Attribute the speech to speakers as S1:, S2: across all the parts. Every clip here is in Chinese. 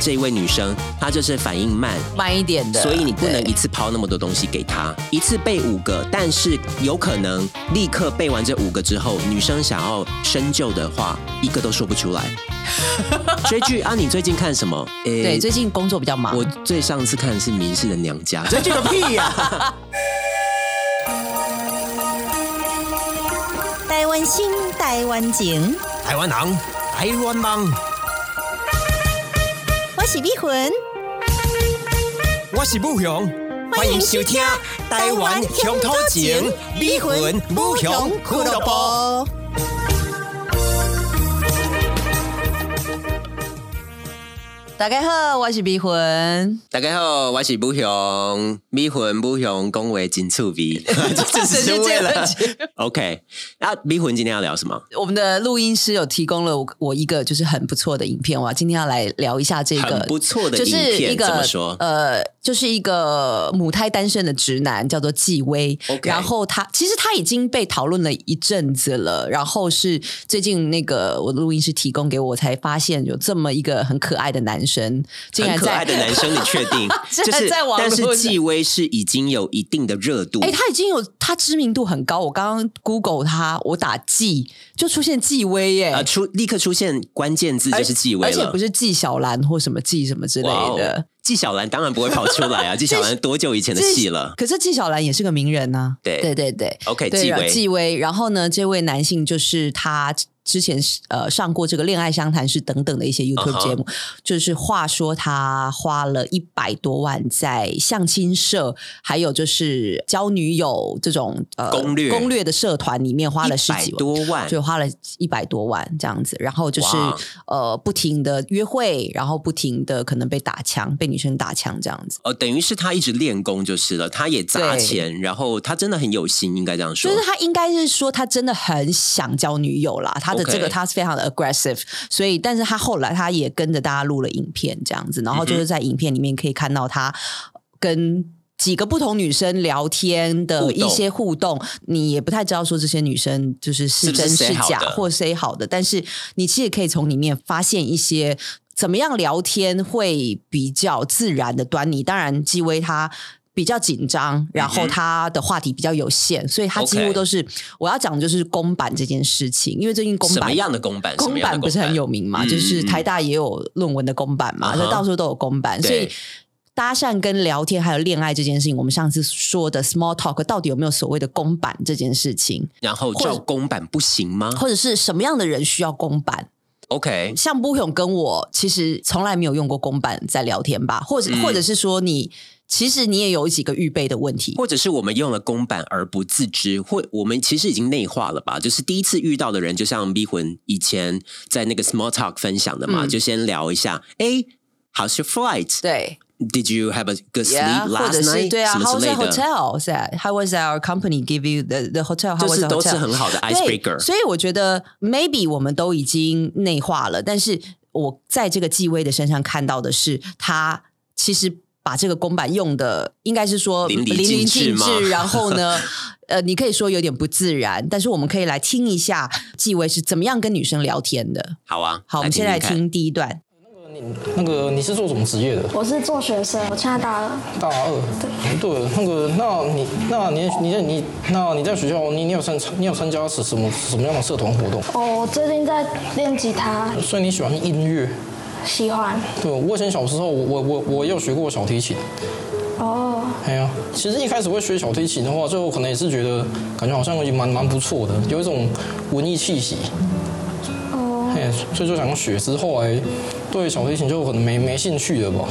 S1: 这位女生她就是反应慢，
S2: 慢一点的，
S1: 所以你不能
S2: 对
S1: 一次抛那么多东西给她，一次背五个，但是有可能立刻背完这五个之后，女生想要深究的话，一个都说不出来。追剧啊，你最近看什么？诶
S2: 对最近工作比较忙
S1: 我，最上次看的是《明世的娘家》，追剧个屁呀、
S3: 台湾心，台湾情，
S4: 台湾人，台湾梦，
S3: 我是碧魂。
S4: 我是武雄，欢迎收听《台湾乡土情》，美魂武雄俱乐部。
S2: 大家好，我是碧魂，
S1: 大家好，我是不雄，米魂不雄，恭维金醋 鼻，这只是为了
S2: 这是这
S1: OK。那米魂今天要聊什么？
S2: 我们的录音师有提供了我我一个就是很不错的影片，我今天要来聊一下这个
S1: 很不错的
S2: 就
S1: 影
S2: 是一
S1: 片，
S2: 个
S1: 怎么说？
S2: 呃，就是一个母胎单身的直男，叫做纪威。
S1: OK
S2: 然后他其实他已经被讨论了一阵子了，然后是最近那个我的录音师提供给我，我才发现有这么一个很可爱的男生，竟
S1: 很
S2: 然
S1: 可爱
S2: 在
S1: 的男生，你确 定？
S2: 竟
S1: 就
S2: 然
S1: 是
S2: 在网，络
S1: 但
S2: 上
S1: 是纪威是已经有一定的热度
S2: 哎、。他已经有他知名度很高，我刚刚 Google 他，我打纪就出现纪威耶、
S1: 呃，出立刻出现关键字就是纪威
S2: 哎而且
S1: 了
S2: 不。是纪晓岚或什么纪什么之类
S1: 哇哦
S2: 的。
S1: 纪晓岚当然不会跑出 来啊！纪晓岚多久以前的
S2: 这
S1: 戏了
S2: 可是纪晓岚也是个名人呐、
S1: 嗯对
S2: 对对对
S1: ？OK，
S2: 对，
S1: 纪
S2: 然后
S1: 威
S2: 纪薇。然后呢，这位男性就是他之前是呃上过这个《恋爱相谈室》等等的一些
S1: 嗯
S2: YouTube
S1: 哼
S2: 节目就是话说他花了一百多万在相亲社，还有就是交女友这种呃
S1: 攻略
S2: 攻略的社团里面花了十
S1: 百
S2: 几万。
S1: 多万，
S2: 就花了一百多万这样子，然后就是
S1: 哇
S2: 呃不停的约会，然后不停的可能被打枪，被女生打枪这样子。
S1: 呃，等于是他一直练功就是了，他也砸
S2: 对
S1: 钱，然后他真的很有心，应该这样说
S2: 就。是他应该是说他真的很想交女友啦，他的
S1: OK
S2: 这个他是非常的 aggressive，所以但是他后来他也跟着大家录了影片这样子，然后就是在影片里面可以看到他跟。几个不同女生聊天的
S1: 互动
S2: 一些互动，你也不太知道说这些女生就是是
S1: 是不是
S2: 真是
S1: say 好
S2: 假
S1: 的
S2: 或 say 好的，但是你其实可以从里面发现一些怎么样聊天会比较自然的端倪。当然，纪薇她比较紧张，然
S1: 嗯
S2: 后她的话题比较有限，所以她几乎
S1: OK
S2: 都是我要讲的就是公版这件事情，因为最近公
S1: 什么
S2: 版。
S1: 样的公版？什
S2: 公
S1: 么样的
S2: 版不是很有名嘛？
S1: 嗯
S2: 就是台大也有论文的公版嘛，
S1: 嗯
S2: 就
S1: 哼
S2: 到处都有公版，
S1: 对
S2: 所以搭讪跟聊天还有恋爱这件事情，我们上次说的 small talk 到底有没有所谓的公版这件事情，
S1: 然后
S2: 或
S1: 照
S2: 者
S1: 公版不行吗
S2: 或者是什么样的人需要公版？
S1: ？OK，
S2: 像布勇跟我其实从来没有用过公版在聊天吧，或者、
S1: 嗯
S2: 或者是说你其实你也有几个预备的问题，
S1: 或者是我们用了公版而不自知，或我们其实已经内化了吧？就是第一次遇到的人，就像 B 魂以前在那个 Small Talk 分享的嘛，
S2: 嗯
S1: 就先聊一下，哎，How's your flight？
S2: 对
S1: Did you have a good
S2: ，yeah，
S1: sleep
S2: 或
S1: last
S2: 者是
S1: night？
S2: 对啊
S1: 什么
S2: ，How's
S1: 之
S2: the
S1: 类的，
S2: hotel? Is that- How was our company give you the the hotel? How
S1: 就
S2: was
S1: 是
S2: the
S1: 都
S2: hotel?
S1: 是很好的
S2: 对
S1: icebreaker。
S2: 所以我觉得 maybe 我们都已经内化了，但是我在这个纪薇的身上看到的是，他其实把这个公版用的应该是说
S1: 淋漓
S2: 淋漓
S1: 尽致
S2: 尽
S1: 吗
S2: 致，然后 呢，呃，你可以说有点不自然，但是我们可以来听一下纪薇是怎么样跟女生聊天的。
S1: 好啊，
S2: 好，我们先来
S1: 看。
S2: 听第一段。
S5: 你那个你是做什么职业的？
S6: 我是做学生，我现在大二，
S5: 大二。对，那个，那你，那你，你在你，那你在学校，你你有参，你有参加是什么什么样的社团活动？
S6: 哦，我最近在练吉他，
S5: 所以你喜欢音乐？
S6: 喜欢。
S5: 对，我以前小时候，我我我我也有学过小提琴。
S6: 哦，
S5: 哎呀，其实一开始会学小提琴的话，最后可能也是觉得感觉好像也蛮蛮不错的，有一种文艺气息。哦。哎，所以就想要学，只是后来对小提琴就可能没没兴趣了吧。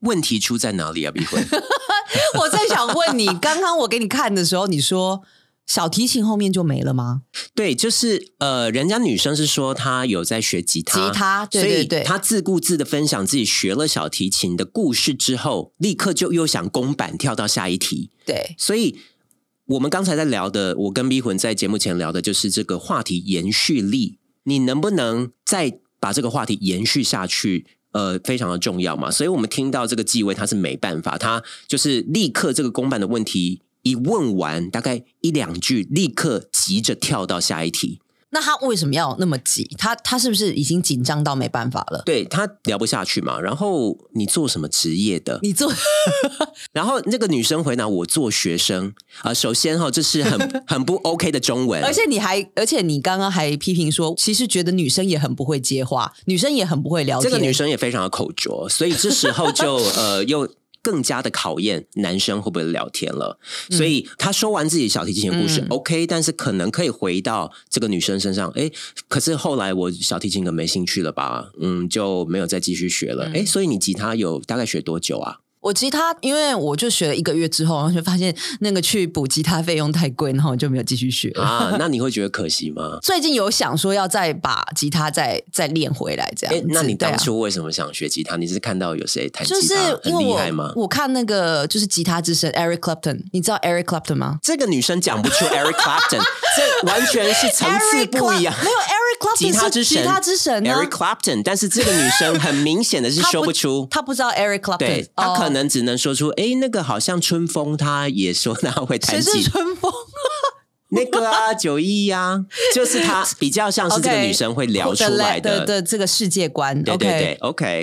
S1: 问题出在哪里啊？B 魂，
S2: 我在想问你，刚刚我给你看的时候，你说小提琴后面就没了吗？
S1: 对，就是呃，人家女生是说她有在学吉他，
S2: 吉他对对
S1: 所
S2: 对
S1: 以她自顾自的分享自己学了小提琴的故事之后，立刻就又想公版跳到下一题，
S2: 对，
S1: 所以。我们刚才在聊的，我跟 B 魂在节目前聊的就是这个话题延续力，你能不能再把这个话题延续下去？呃，非常的重要嘛。所以我们听到这个继位，他是没办法，他就是立刻这个公版的问题一问完，大概一两句，立刻急着跳到下一题。
S2: 那他为什么要那么急？他他是不是已经紧张到没办法了？
S1: 对他聊不下去嘛。然后你做什么职业的？
S2: 你做
S1: 然后那个女生回答我做学生啊、首先哈、这是很 很不 OK 的中文，
S2: 而且你还，而且你刚刚还批评说，其实觉得女生也很不会接话，女生也很不会聊
S1: 这
S2: 天。
S1: 个女生也非常的口拙， 所以这时候 就呃又。更加的考验男生会不会聊天了，所以他说完自己小提琴的故事、
S2: 嗯
S1: o k 但是可能可以回到这个女生身上，诶，可是后来我小提琴可没兴趣了吧，嗯，就没有再继续学
S2: 嗯
S1: 了，诶，所以你吉他有大概学多久 啊？
S2: 我吉他，因为我就学了一个月之后，然后就发现那个去补吉他费用太贵，然后我就没有继续学了。
S1: 啊，那你会觉得可惜 吗？
S2: 最近有想说要再把吉他再再练回来，这样
S1: 诶，
S2: 子。
S1: 那你
S2: 对啊
S1: 当初为什么想学吉他？你是看到有谁哎弹吉
S2: 就是
S1: 他很
S2: 因为
S1: 厉害吗
S2: 我？我看那个就是吉他之神 Eric Clapton，你知道 Eric Clapton 吗？
S1: 这个女生讲不 出 Eric Clapton，这完全是层次不一样
S2: Eric。Clap- 没有 Eric Clapton
S1: 吉他
S2: 是
S1: 之神，
S2: 吉他之神啊
S1: Eric Clapton，但是这个女生很明显的是
S2: 他
S1: 说不出。
S2: 他不知道 Eric Clapton，
S1: 对她
S2: 哦
S1: 可能只能说出，哎、那个好像春风，她也说她会弹
S2: 谁是
S1: 吉
S2: 春风？
S1: 那个啊，九一呀，就是她比较像是这个
S2: OK
S1: 女生会聊出来
S2: 的的这个世界观。
S1: 对对对
S2: OK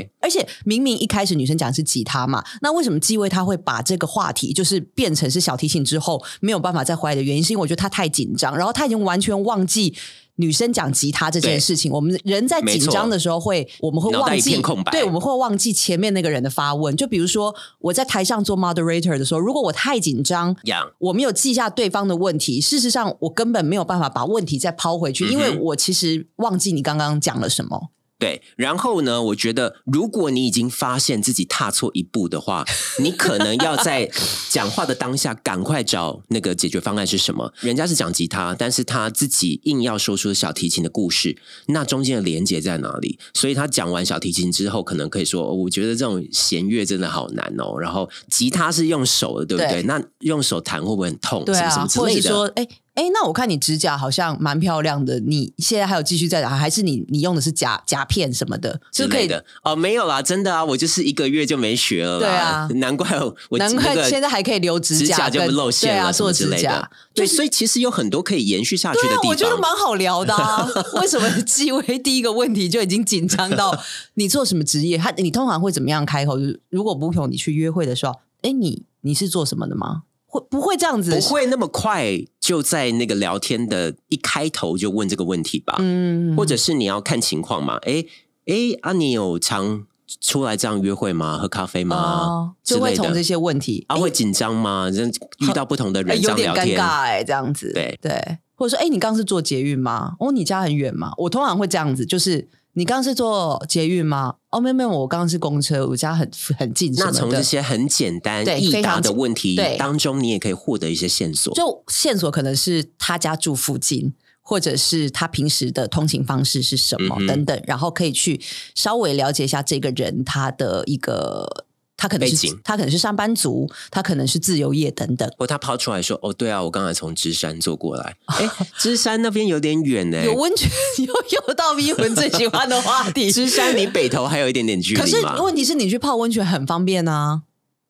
S1: ，OK，
S2: 而且明明一开始女生讲是吉他嘛，那为什么纪薇她会把这个话题就是变成是小提琴之后没有办法再回来的原因，是因为我觉得她太紧张，然后她已经完全忘记。女生讲吉他这件事情，我们人在紧张的时候会，我们会
S1: 脑袋
S2: 忘
S1: 一
S2: 记
S1: 片空白
S2: 对，我们会忘记前面那个人的发问。就比如说我在台上做 moderator 的时候，如果我太紧张，
S1: 样
S2: 我没有记下对方的问题，事实上我根本没有办法把问题再抛回去，
S1: 嗯
S2: 因为我其实忘记你刚刚讲了什么。
S1: 对。然后呢，我觉得如果你已经发现自己踏错一步的话，你可能要 在讲话的当下赶快找那个解决方案是什么。人家是讲吉他，但是他自己硬要说出小提琴的故事，那中间的连接在哪里？所以他讲完小提琴之后，可能可以说，哦我觉得这种弦乐真的好难哦。然后吉他是用手的，对不对？
S2: 对
S1: 那用手弹会不会很痛？
S2: 对啊，
S1: 什么什么
S2: 或
S1: 之
S2: 者
S1: 类
S2: 是
S1: 的。
S2: 说，哎、哎、那我看你指甲好像蛮漂亮的，你现在还有继续在打，还是你你用的是夹夹片什么的，
S1: 之
S2: 就可
S1: 类
S2: 以。
S1: 的哦，没有啦，真的啊，我就是一个月就没学了啦，
S2: 对啊
S1: 难怪我
S2: 难
S1: 那
S2: 怪
S1: 个
S2: 现在还可以留指
S1: 指甲
S2: 甲
S1: 就
S2: 跟
S1: 露馅
S2: 对
S1: 了，
S2: 啊，
S1: 什么
S2: 做
S1: 之
S2: 指
S1: 类
S2: 甲
S1: 的。。对，所以其实有很多可以延续下去的
S2: 对
S1: 地
S2: 啊，
S1: 方。
S2: 我觉得蛮好聊 的啊。为什么纪薇第一个问题就已经紧张到 你做什么职业？他你通常会怎么样开口？就是如果不用你去约会的时候，哎，你你是做什么的吗？会不会这样子？
S1: 不，会那么快就在那个聊天的一开头就问这个问题吧？
S2: 嗯
S1: 或者是你要看情况嘛？诶诶，啊，你有常出来这样约会吗？喝咖啡吗
S2: 哦？，就会
S1: 之类
S2: 从
S1: 的
S2: 这些问题
S1: 啊，会紧张吗？真遇到不同的
S2: 哎，
S1: 人这
S2: 有
S1: 样
S2: 点
S1: 聊
S2: 尴
S1: 天，
S2: 尬哎、这样子。
S1: 对
S2: 对，或者说，哎、你刚刚是做捷运吗？哦，你家很远吗？我通常会这样子，就是你刚刚是做捷运吗？哦，没有没有，我刚刚是公车，我家很很近什
S1: 那
S2: 么
S1: 从
S2: 的
S1: 这些很简单
S2: 对
S1: 易
S2: 非
S1: 答
S2: 常
S1: 的问题
S2: 对
S1: 当中，你也可以获得一些线索。
S2: 就线索可能是他家住附近。或者是他平时的通勤方式是什么、
S1: 嗯哼
S2: 等等，然后可以去稍微了解一下这个人他的一个，他可能
S1: 背
S2: 是
S1: 景
S2: 他可能是上班族，他可能是自由业等等，
S1: 或他抛出来说：“哦，对啊，我刚才从芝山坐过 来，哎，芝山那边有点远呢、
S2: 有温泉 又又到逼文最喜欢的 话题，
S1: 芝山离北投还有一点点距
S2: 可
S1: 离
S2: 是
S1: 嘛。
S2: 问题是，你去泡温泉很方便啊。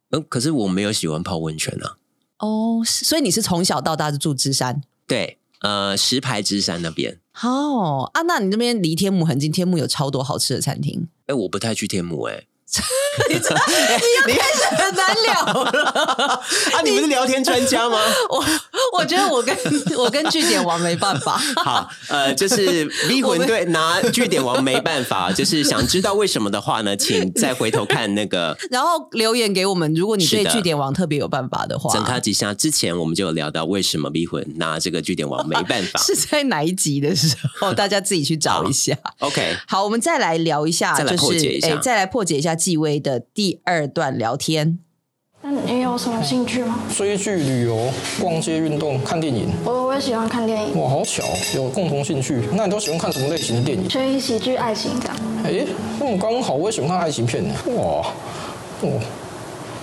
S1: 嗯，可是我没有喜欢泡温泉啊。
S2: 哦，是所以你是从小到大就住芝山。
S1: 对，呃，石牌芝山那边，
S2: 哦，啊，那你那边离天母很近，天母有超多好吃的餐 厅，
S1: 哎，我不太去天母、哎，
S2: 很难聊了。
S1: 啊，你不是聊天专家吗？
S2: 我我觉得我跟 我跟据点王没办法。
S1: 好，呃，就是逼魂队拿据点王没办法，就是想知道为什么的话呢，请再回头看那个
S2: 然后留言给我们，如果你对
S1: 是的
S2: 据点王特别有办法的话，
S1: 整卡吉下之前，我们就有聊到为什么逼魂拿这个据点王没办法。
S2: 是在哪一集的时候，大家自己去找一下。
S1: OK，
S2: 好，我们再来聊一下，
S1: 再来
S2: 就
S1: 破解
S2: 是
S1: 一下
S2: 哎再来破解一下纪薇的第二段聊天。
S6: 那你有什么兴趣吗？
S5: 追剧、旅游、逛街、运动、看电影，
S6: 我我也喜欢看电影，
S5: 哇，好巧，有共同兴趣。那你都喜欢看什么类型的电影？
S6: 悬疑、喜剧、爱情这样。
S5: 哎，那我刚好我也喜欢看爱情片呢。哇，哦，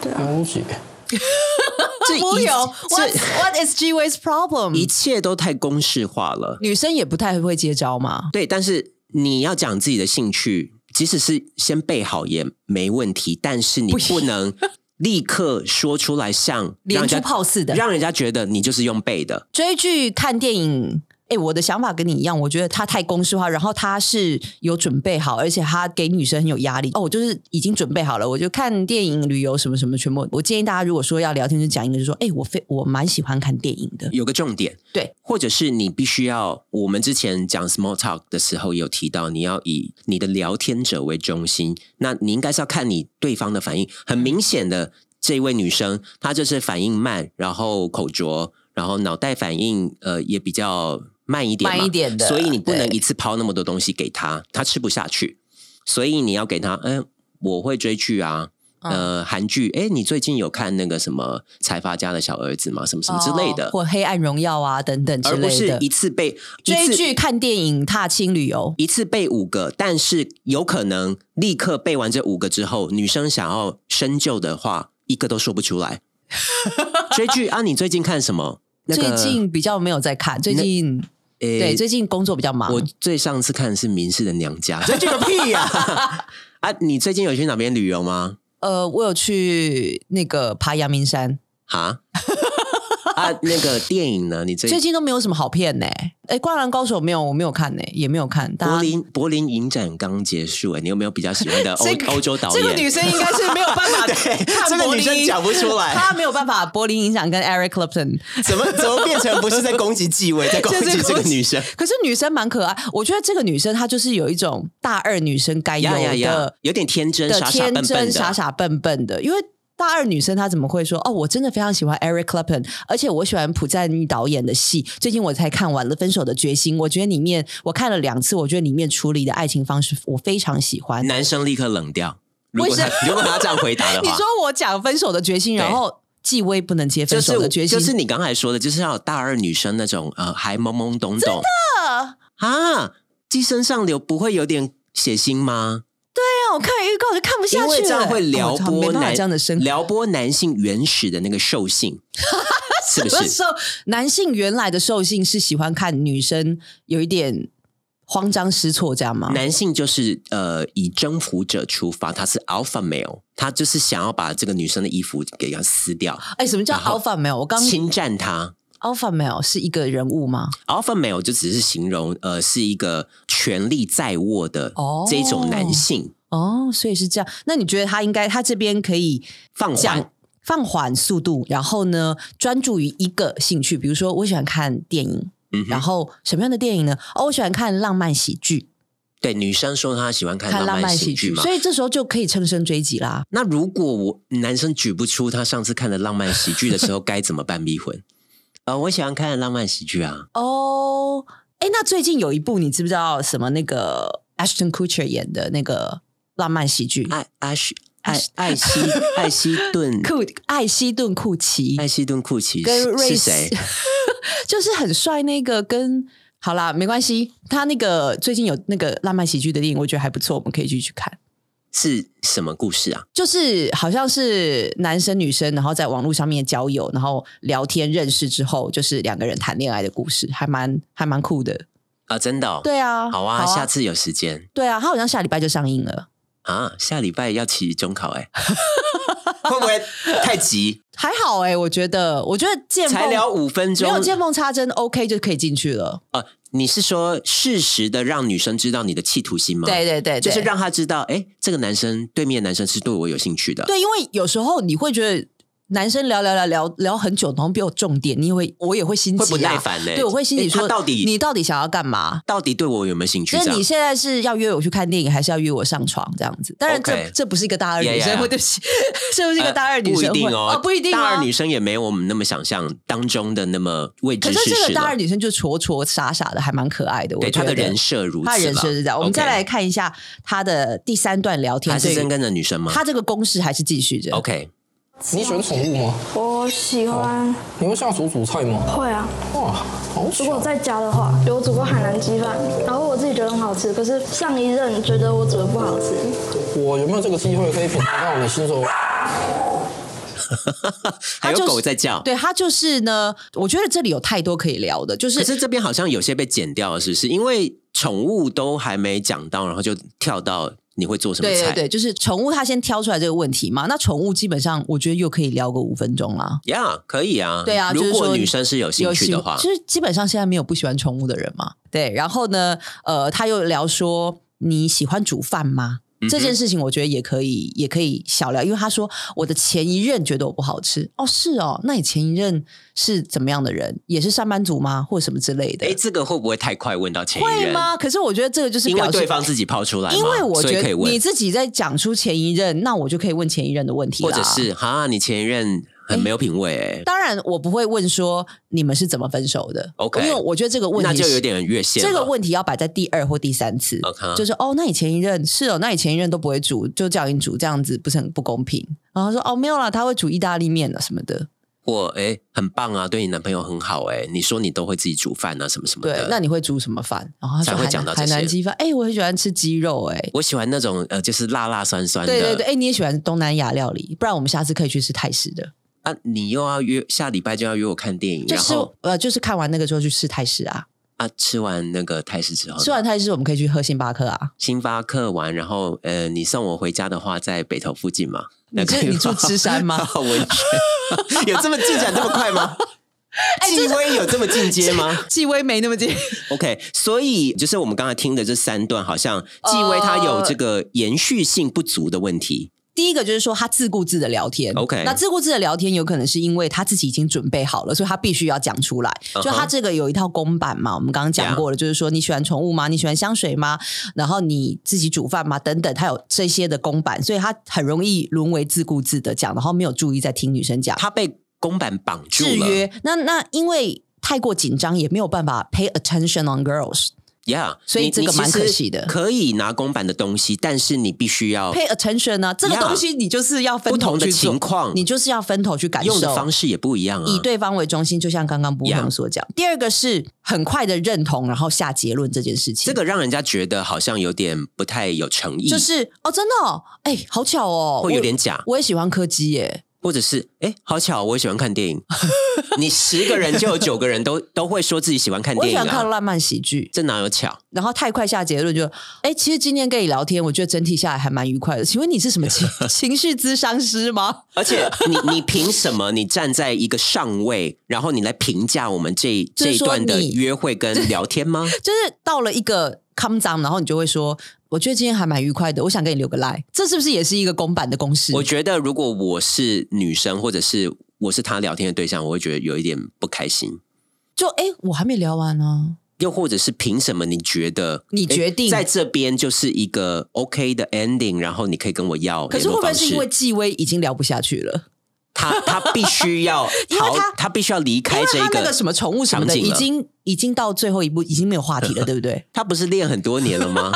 S6: 对啊
S5: 了解。
S1: 这
S2: 不
S1: 一
S2: 有
S1: 这
S2: ，What What is G Way's problem？
S1: 一切都太公式化了。
S2: 女生也不太会接招嘛。
S1: 对，但是你要讲自己的兴趣，即使是先备好也没问题，但是你不能立刻说出来像，让
S2: 连
S1: 人
S2: 珠
S1: 家
S2: 炮似的
S1: 让人家觉得你就是用背的。
S2: 追剧、看电影、哎、我的想法跟你一样，我觉得他太公式化，然后他是有准备好，而且他给女生很有压力。哦，我就是已经准备好了，我就看电影、旅游什么什么，全部。我建议大家，如果说要聊天，就讲一个，就说，哎、我非我蛮喜欢看电影的。
S1: 有个重点，
S2: 对，
S1: 或者是你必须要，我们之前讲 small talk 的时候也有提到，你要以你的聊天者为中心，那你应该是要看你对方的反应。很明显的，这位女生她就是反应慢，然后口拙，然后脑袋反应呃也比较慢一点嘛，
S2: 慢一点的
S1: 所以你不能
S2: 对
S1: 一次抛那么多东西给她，她吃不下去，所以你要给她，嗯、我会追剧啊。
S2: 嗯
S1: 呃，韩剧，哎，你最近有看那个什么财阀家的小儿子吗？什么什么之类的，
S2: 哦或《黑暗荣耀》啊等等之
S1: 而不
S2: 类
S1: 是
S2: 的
S1: 一。次被一
S2: 追
S1: 次
S2: 剧、看电影、踏青旅游，
S1: 一次背五个，但是有可能立刻背完这五个之后，女生想要深究的话，一个都说不出 来。追剧啊，你最近看什么？那个、
S2: 最近比较没有在看。最近
S1: 诶
S2: 对，最近工作比较忙。
S1: 我最上次看的是明世的娘家，追剧个屁 呀、啊！你最近有去哪边旅游吗？
S2: 呃，我有去那个爬阳明山，
S1: 啊啊，那个电影呢？你最
S2: 最近都没有什么好片呢、哎，《灌篮高手》没有，我没有看呢、也没有看。大
S1: 柏
S2: 家
S1: 林柏林影展刚结束、哎诶你有没有比较喜欢的欧
S2: 这个
S1: 欧洲导
S2: 这
S1: 演？
S2: 个女生应该是没有办法看
S1: 这个
S2: 柏
S1: 女生
S2: 林
S1: 讲不出来
S2: 她没有办法柏林影响跟 Eric Clapton。
S1: 怎么怎么变成不是在攻击纪委，在攻击这个女生？
S2: 可是女生蛮可爱，我觉得这个女生她就是有一种大二女生该有
S1: 呀
S2: 的
S1: 呀呀，有点天真，
S2: 的
S1: 傻傻
S2: 天
S1: 笨笨
S2: 真
S1: 的，
S2: 傻傻笨笨的，因为。大二女生她怎么会说哦？我真的非常喜欢 Eric Clapton，而且我喜欢朴赞郁导演的戏。最近我才看完了《分手的决心》，我觉得里面我看了两次，我觉得里面处理的爱情方式我非常喜欢。
S1: 男生立刻冷掉。如果
S2: 为什
S1: 他如果他这样回答的
S2: 你
S1: 话
S2: 说，我讲《分手的决心》，然后纪薇不能接《
S1: 就
S2: 分手的
S1: 是
S2: 决心》
S1: 就是你刚才说的，就是要有大二女生那种呃还懵懵懂懂
S2: 呃
S1: 啊，寄生上流不会有点血腥吗？
S2: 那我看了预告我就看不
S1: 因
S2: 下去
S1: 为
S2: 了，
S1: 这样会撩
S2: 哦我操没
S1: 拨
S2: 办法
S1: 男
S2: 这样的生活。
S1: 撩拨男性原始的那个兽 性，是不
S2: 什么
S1: 是？
S2: 时候男性原来的兽性是喜欢看女生有一点慌张失措这样吗？
S1: 男性就是呃以征服者出发，他是 alpha male，他就是想要把这个女生的衣服给她撕掉，
S2: 哎，什么叫
S1: 然后
S2: alpha male？我刚
S1: 侵占她。
S2: alpha male 是一个人物吗？
S1: alpha male 就只是形容呃是一个权力在握的
S2: 哦
S1: 这种男性，
S2: 哦，所以是这样。那你觉得他应该他这边可以
S1: 放缓
S2: 讲放缓速度，然后呢专注于一个兴趣，比如说我喜欢看电影，
S1: 嗯哼
S2: 然后什么样的电影呢？哦，我喜欢看浪漫喜剧，
S1: 对女生说她喜欢看
S2: 看
S1: 浪漫
S2: 漫
S1: 喜剧嘛
S2: 所。以这时候就可以乘胜追击啦。
S1: 那如果我男生举不出他上次看的浪漫喜剧的时候，该怎么办？逼婚？ 呃，我喜欢看浪漫喜剧啊，
S2: 哦，哎，那最近有一部你知不知道什么？那个 Ashton Kutcher 演的那个浪漫喜剧，
S1: 艾艾希艾艾希艾希 顿
S2: 库艾希顿库奇
S1: 艾希顿库奇
S2: 跟
S1: 是
S2: 瑞
S1: 是
S2: 斯
S1: 谁？
S2: 就是很帅那个跟。好啦，没关系。他那个最近有那个浪漫喜剧的电影，我觉得还不错，我们可以继续看。
S1: 是什么故事啊？
S2: 就是好像是男生女生，然后在网络上面交友，然后聊天认识之后，就是两个人谈恋爱的故事，还蛮还蛮酷的。
S1: 啊，真的、哦？
S2: 对啊，
S1: 好啊，下次有时间
S2: 对啊，他好像下礼拜就上映了。
S1: 啊，下礼拜要期中考 哎、会不会太急？
S2: 还好哎、我觉得，我觉得见缝
S1: 才聊五分
S2: 没
S1: 钟，
S2: 有见缝插针，OK 就可以进去了。
S1: 呃，你是说适时的让女生知道你的企图心吗？
S2: 对对对，对
S1: 就是让她知道，哎，这个男生对面的男生是对我有兴趣的。
S2: 对，因为有时候你会觉得男生聊聊聊聊聊很久，然后没有重点，你也会我也会心急、啊，
S1: 会不耐烦欸
S2: 对，我会心里
S1: 诶他
S2: 说，
S1: 到底
S2: 你到底想要干嘛？
S1: 到底对我有没有兴趣？
S2: 就
S1: 这
S2: 是
S1: 样
S2: 你现在是要约我去看电影，还是要约我上床这样子？当然这
S1: OK
S2: 这不是一个大二女
S1: Yeah, yeah,
S2: 生，
S1: yeah
S2: 会对不起，这不是一个大二
S1: 呃
S2: 女生
S1: 不一定
S2: 会
S1: 哦，
S2: 不一定
S1: 大二
S2: 啊
S1: 女。生也没有我们那么想象当中的那么未
S2: 可
S1: 知
S2: 是
S1: 世
S2: 这
S1: 事
S2: 个大二
S1: 了。
S2: 女生就戳戳傻傻的，还蛮可爱的。我
S1: 对
S2: 觉
S1: 她
S2: 得
S1: 的人设如此啦，
S2: 他人设是这样。我们再
S1: OK
S2: 来看一下他的第三段聊天，
S1: 还是
S2: 对于
S1: 真跟着女生吗
S2: 他这个公式还是继续着。
S1: ？OK，
S5: 你喜欢宠物吗？
S6: 我喜欢，
S5: 你会下厨煮菜吗？
S6: 会啊。
S5: 哇，好
S6: 如果
S5: 巧！
S6: 在家的话，有煮过海南鸡饭，然后我自己觉得很好吃，可是上一任觉得我煮的不好吃。
S5: 我有没有这个机会可以品尝到你亲手？
S1: 还
S2: 就
S1: 有
S2: 是
S1: 狗在叫。
S2: 对他就是呢，我觉得这里有太多可以聊的，就
S1: 可
S2: 是
S1: 是这边好像有些被剪掉了，是不是？因为宠物都还没讲到，然后就跳到你会做什么
S2: 对
S1: 菜。
S2: 对对，就是宠物，他先挑出来这个问题嘛。那宠物基本上，我觉得又可以聊个五分钟啦。
S1: 呀可以啊。
S2: 对啊就是
S1: 如
S2: 说
S1: 果女生是有兴趣的话，
S2: 就是基本上现在没有不喜欢宠物的人嘛。对，然后呢，呃，他又聊说你喜欢煮饭吗？
S1: 嗯哼
S2: 这件事情我觉得也可以，也可以小聊，因为他说我的前一任觉得我不好吃，哦，是哦，那你前一任是怎么样的人？也是上班族吗，或什么之类的
S1: 哎，？这个会不会太快问到前一
S2: 会
S1: 任？
S2: 吗？可是我觉得这个就是
S1: 因
S2: 表
S1: 为
S2: 示
S1: 对方自己抛出来嘛，
S2: 因为我
S1: 所以
S2: 觉
S1: 可以
S2: 得
S1: 问
S2: 你自己在讲出前一任，那我就可以问前一任的问题啦
S1: 或者是哈，你前任很没有品味、欸，
S2: 当然我不会问说你们是怎么分手的
S1: OK
S2: 因为我觉得这个问题
S1: 那就是有点越线了。嗯
S2: 这个问题要摆在第二或第三次
S1: OK
S2: 就是哦，那你前一任是哦，那你前一任都不会煮，就叫你煮，这样子不是很不公平？然后他说哦，没有啦，他会煮意大利面啊什么的，
S1: 或哎、欸很棒啊，对你男朋友很好哎、欸你说你都会自己煮饭啊，什么什么
S2: 对
S1: 的。，
S2: 那你会煮什么饭？然后他说
S1: 才会
S2: 海
S1: 讲到
S2: 南
S1: 这
S2: 海
S1: 些
S2: 南鸡饭，哎、我很喜欢吃鸡肉、哎。
S1: 我喜欢那种呃，就是辣辣酸酸的。
S2: 对对对，哎、你也喜欢东南亚料理，不然我们下次可以去吃泰式的，
S1: 啊，你又要约下礼拜就要约我看电影，
S2: 就
S1: 然
S2: 是
S1: 后
S2: 呃，就是看完那个之后去吃泰式啊，
S1: 啊，吃完那个泰式之后呢，
S2: 吃完泰式我们可以去喝星巴克啊，
S1: 星巴克完，然后呃，你送我回家的话，在北投附近 嘛？
S2: 你这
S1: 那可以
S2: 你住
S1: 吗
S2: 芝 山吗？
S1: 我去 有这么进展这么快 吗？
S2: 哎
S1: 纪威有这么进阶吗？
S2: 纪薇没那么近，
S1: OK，所以就是我们刚才听的这三段，好像纪薇她有这个延续性不足的问题。
S2: 第一个就是说他自顾自的聊天
S1: OK
S2: 那自顾自的聊天有可能是因为他自己已经准备好了，所以他必须要讲出来。
S1: 嗯哼
S2: 就他这个有一套公版嘛，我们刚刚讲过了就是说你喜欢宠物吗？你喜欢香水吗？然后你自己煮饭吗？等等，他有这些的公版，所以他很容易沦为自顾自的讲，然后没有注意在听女生讲，
S1: 她被公版绑住
S2: 制
S1: 了
S2: 约。那那因为太过紧张，也没有办法 pay attention on girls。
S1: ，Yeah，
S2: 所以
S1: 你
S2: 这个
S1: 你其
S2: 蛮
S1: 实
S2: 可惜的
S1: 可以拿公版的东西，但是你必须要
S2: pay attention 呢、这个
S1: Yeah
S2: 东西你就是要分
S1: 不
S2: 头
S1: 同的
S2: 去做
S1: 情况
S2: 你就是要分头去感受。
S1: 用的方式也不一样啊。
S2: 以对方为中心，就像刚刚波
S1: Yeah
S2: 红所讲。第二个是很快的认同，然后下结论这件事情。
S1: 这个让人家觉得好像有点不太有诚意，
S2: 就是哦，真的哦，哎、好巧哦，
S1: 会有点假，
S2: 我。我也喜欢柯基耶，
S1: 或者是哎、诶好巧，我喜欢看电 影。你十个人就有九个人都都会说自己喜欢看
S2: 我
S1: 电
S2: 也喜
S1: 影
S2: 欢看
S1: 啊，
S2: 浪漫喜剧。
S1: 这哪有巧？
S2: 然后太快下结论就，哎，其实今天跟你聊天，我觉得整体下来还蛮愉快的。请问你是什么 情情绪咨商师吗？
S1: 而且你你凭什么？你站在一个上位，然后你来评价我们这
S2: 就
S1: 这
S2: 是
S1: 一
S2: 说
S1: 段的
S2: 你
S1: 约会跟聊天 吗？
S2: 就是到了一个康脏，然后你就会说，我觉得今天还蛮愉快的，我想跟你留个赖。这是不是也是一个公版的公式？
S1: 我觉得如果我是女生，或者是我是他聊天的对象，我会觉得有一点不开心。
S2: 就哎、诶我还没聊完啊呢、
S1: 又或者是凭什么你觉得
S2: 你
S1: 诶
S2: 决定
S1: 在这边就是一个 OK 的 ending，然后你可以跟我要
S2: 可
S1: 联
S2: 是会
S1: 络
S2: 不会
S1: 方
S2: 是
S1: 式？
S2: 因为纪薇已经聊不下去了？
S1: 他他必须 要
S2: 因为
S1: 逃
S2: 他
S1: 他必须要离
S2: 因
S1: 开
S2: 为
S1: 哎这
S2: 他那
S1: 个
S2: 个什么宠物什么的，
S1: 场景
S2: 已
S1: 了
S2: 经已经到最后一步，已经没有话 题了，对不对？
S1: 他不是练很多年了 吗？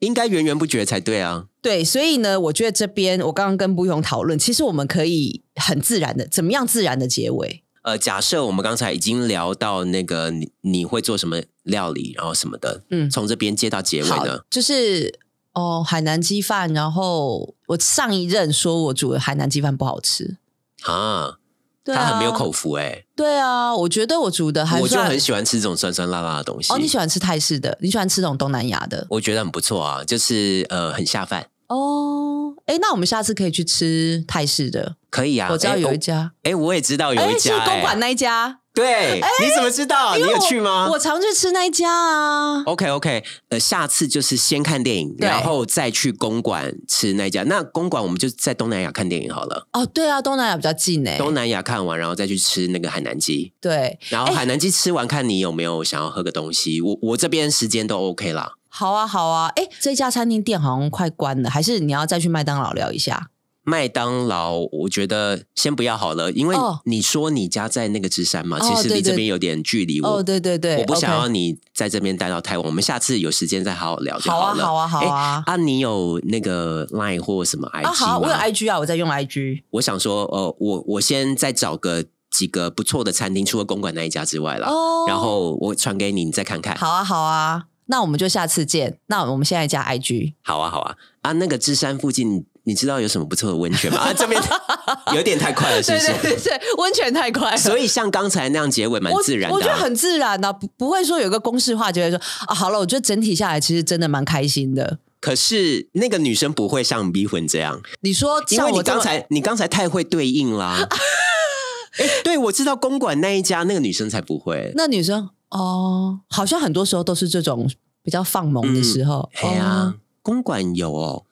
S1: 应该源源不绝才对啊。
S2: 对，所以呢，我觉得这边我刚刚跟不勇讨论，其实我们可以很自然的，怎么样自然的结尾？
S1: 呃，假设我们刚才已经聊到那个你你会做什么料理，然后什么的，
S2: 嗯
S1: 嗯，从这边接到结尾
S2: 好
S1: 呢，，
S2: 就是哦，海南鸡饭，然后我上一任说我煮的海南鸡饭不好吃，
S1: 啊，
S2: 对
S1: 他
S2: 啊，
S1: 很没有口福哎、
S2: 对啊，我觉得我煮的还
S1: 我就
S2: 算
S1: 很喜欢吃这种酸酸辣辣的东西。
S2: 哦，你喜欢吃泰式的，你喜欢吃这种东南亚的
S1: 我觉得很不错啊，就是呃很下饭，
S2: 哦。哎，那我们下次可以去吃泰式的，
S1: 可以啊。
S2: 我知道
S1: 哎
S2: 有
S1: 哦
S2: 一家，
S1: 哎、我也知道有
S2: 哎
S1: 一
S2: 是
S1: 家、哎
S2: 公馆那一家，
S1: 对，你怎么知道？你
S2: 因为
S1: 有
S2: 我
S1: 去吗
S2: 我常去吃那一家啊。
S1: ？OK OK，呃，下次就是先看电影，
S2: 对
S1: 然后再去公馆吃那家。那公馆我们就在东南亚看电影好了，
S2: 哦，对啊，东南亚比较近诶。
S1: 东南亚看完，然后再去吃那个海南鸡。
S2: 对，
S1: 然后海南鸡吃完，看你有没有想要喝个东西。我我这边时间都 OK 啦。
S2: 好啊，好啊。哎，这家餐厅店好像快关了，还是你要再去麦当劳聊一下？
S1: 麦当劳，我觉得先不要好了，因为
S2: 哦
S1: 你说你家在那个芝山嘛，
S2: 哦
S1: 其实
S2: 对
S1: 离
S2: 对
S1: 这边有点距离。
S2: 哦，
S1: 我
S2: 对对对，
S1: 我不想
S2: OK
S1: 要你在这边待到太晚，我们下次有时间再好好聊就
S2: 好啊，
S1: 了。
S2: 好啊，好
S1: 哎
S2: 啊。
S1: 啊，你有那个 Line 或什么 IG 吗？
S2: 啊，好，我有 IG 啊，我在用 IG。
S1: 我想说，呃，我我先再找个几个不错的餐厅，除了公馆那一家之外啦。
S2: 哦
S1: 然后我传给你，你再看看。
S2: 好啊，好啊，那我们就下次见。那我们现在加 IG，
S1: 好啊，好啊，啊，那个芝山附近，你知道有什么不错的温 泉吗？啊，这边有点太快了，是不是？
S2: 对，温泉太快了
S1: 所以像刚才那样结尾蛮自然的啊、
S2: 我，我觉得很自然的、不不会说有一个公式化，觉得说啊，好了，我觉得整体下来其实真的蛮开心的。
S1: 可是那个女生不会像逼魂这样，
S2: 你说
S1: 因
S2: 像
S1: 为
S2: 我
S1: 你
S2: 这么
S1: 刚才你刚才太会对应 啦。哎、对，我知道公馆那一家那个女生才不会。
S2: 那女生哦，好像很多时候都是这种比较放萌的时候。
S1: 哎呀、
S2: 哦，
S1: 公馆有哦，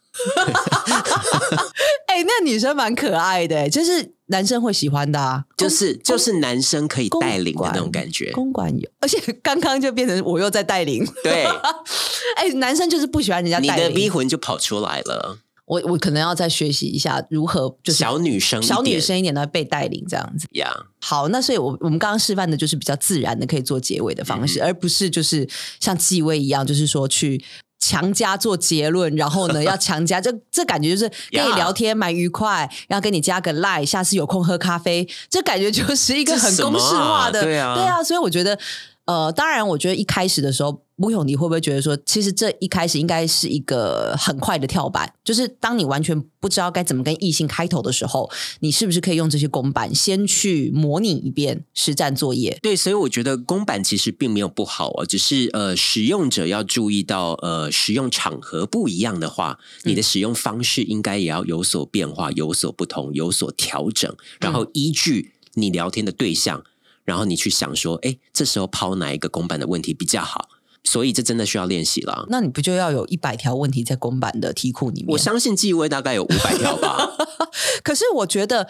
S2: 哎、那女生蛮可爱的、就是男生会喜欢的、啊，
S1: 就是就是男生可以
S2: 公
S1: 带领的
S2: 馆
S1: 那种感觉。
S2: 公馆有，而且刚刚就变成我又在带领。
S1: 对，
S2: 哎、男生就是不喜欢人家
S1: 你
S2: 带
S1: 的
S2: 领。
S1: 逼魂就跑出来了，
S2: 我我可能要再学习一下如何就是
S1: 小女生一点，
S2: 小女生一点的被带领这样子。
S1: 呀。
S2: 好，那所以我我们刚刚示范的就是比较自然的可以做结尾的方式，而不是就是像纪薇一样，就是说去。强加做结论，然后呢，要强加， 这这感觉就是跟你
S1: Yeah
S2: 聊天蛮愉快，然后跟你加个 line，下次有空喝咖啡，这感觉就是一个
S1: 这
S2: 很
S1: 什么
S2: 公式化
S1: 啊
S2: 的，
S1: 对啊
S2: 对啊，所以我觉得，呃，当然，我觉得一开始的时候，吴勇，你会不会觉得说，其实这一开始应该是一个很快的跳板，就是当你完全不知道该怎么跟异性开头的时候，你是不是可以用这些公版先去模拟一遍实战作业？
S1: 对，所以我觉得公版其实并没有不好哦，只是呃，使用者要注意到，呃，使用场合不一样的话，
S2: 嗯
S1: 你的使用方式应该也要有所变化、有所不同、有所调整，然后依据你聊天的对象，然后你去想说，哎，这时候抛哪一个公版的问题比较好？所以这真的需要练习啦。
S2: 那你不就要有一百条问题在公版的题库里
S1: 我
S2: 面？
S1: 相信纪薇大概有五百条吧，
S2: 可是我觉得。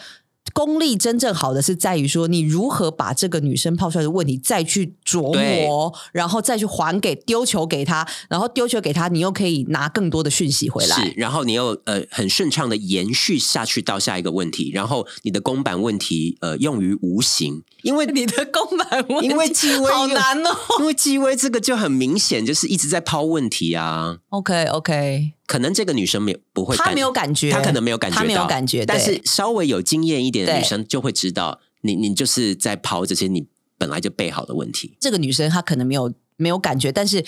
S2: 功力真正好的是在于说，你如何把这个女生抛出来的问题再去琢
S1: 对
S2: 磨，然后再去还给丢球给她，然后丢球给她，你又可以拿更多的讯息 回来。
S1: 是，然后你又呃很顺畅的延续下去到下一个问题，然后你的公版问题呃用于无 形，因为
S2: 你的公版问题
S1: 因为纪薇
S2: 好
S1: 又
S2: 难哦。
S1: 因为纪薇这个就很明显，就是一直在抛问题啊。
S2: OK OK，
S1: 可能这个女生没有不会感，
S2: 她没有感觉，
S1: 她可能没有感觉到，
S2: 她没有感觉，
S1: 但
S2: 对
S1: 是稍微有经验一点的
S2: 对
S1: 女生就会知道，你你就是在抛这些你本来就备好的问题。
S2: 这个女生她可能没有没有感觉，但是。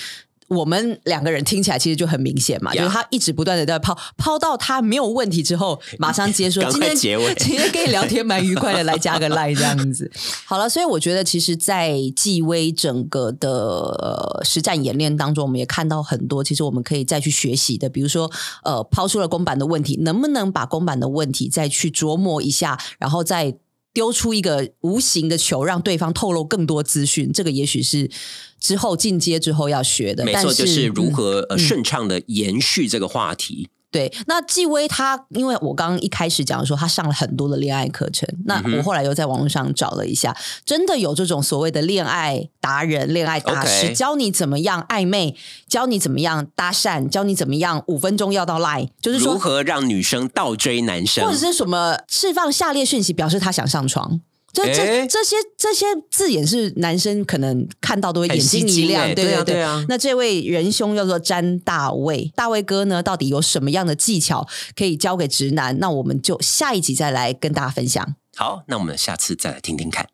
S2: 我们两个人听起来其实就很明显嘛
S1: Yeah
S2: 就是她一直不断的在抛抛到她没有问题之后，马上接 说
S1: 赶快
S2: 今天
S1: 结尾
S2: 今天跟你聊天蛮愉快的，来加个 line 这样子。好了，所以我觉得其实，在纪薇整个的、呃实战演练当中，我们也看到很多，其实我们可以再去学习的，比如说呃抛出了公版的问题，能不能把公版的问题再去琢磨一下，然后再。丢出一个无形的球，让对方透露更多资讯，这个也许是之后进阶之后要学的。
S1: 没
S2: 但
S1: 错，就是如
S2: 嗯
S1: 何、呃顺畅的延续这个话题。
S2: 对，那纪薇她，因为我刚刚一开始讲说她上了很多的恋爱课程，
S1: 嗯
S2: 那我后来又在网络上找了一下，真的有这种所谓的恋爱达人、恋爱大师
S1: OK
S2: 教你怎么样暧昧，教你怎么样搭讪，教你怎么样五分钟要到 line，就是
S1: 如
S2: 说，
S1: 何让女生倒追男生？
S2: 或者是什么释放下列讯息表示他想上床。就这、
S1: 诶
S2: 这些这些字眼是男生可能看到都会眼
S1: 很吸
S2: 睛一
S1: 睛
S2: 亮，
S1: 欸
S2: 对
S1: 对啊
S2: 对
S1: 对啊
S2: 那这位仁兄叫做詹大卫，大卫哥呢，到底有什么样的技巧可以教给直男？那我们就下一集再来跟大家分享。
S1: 好，那我们下次再来听听看。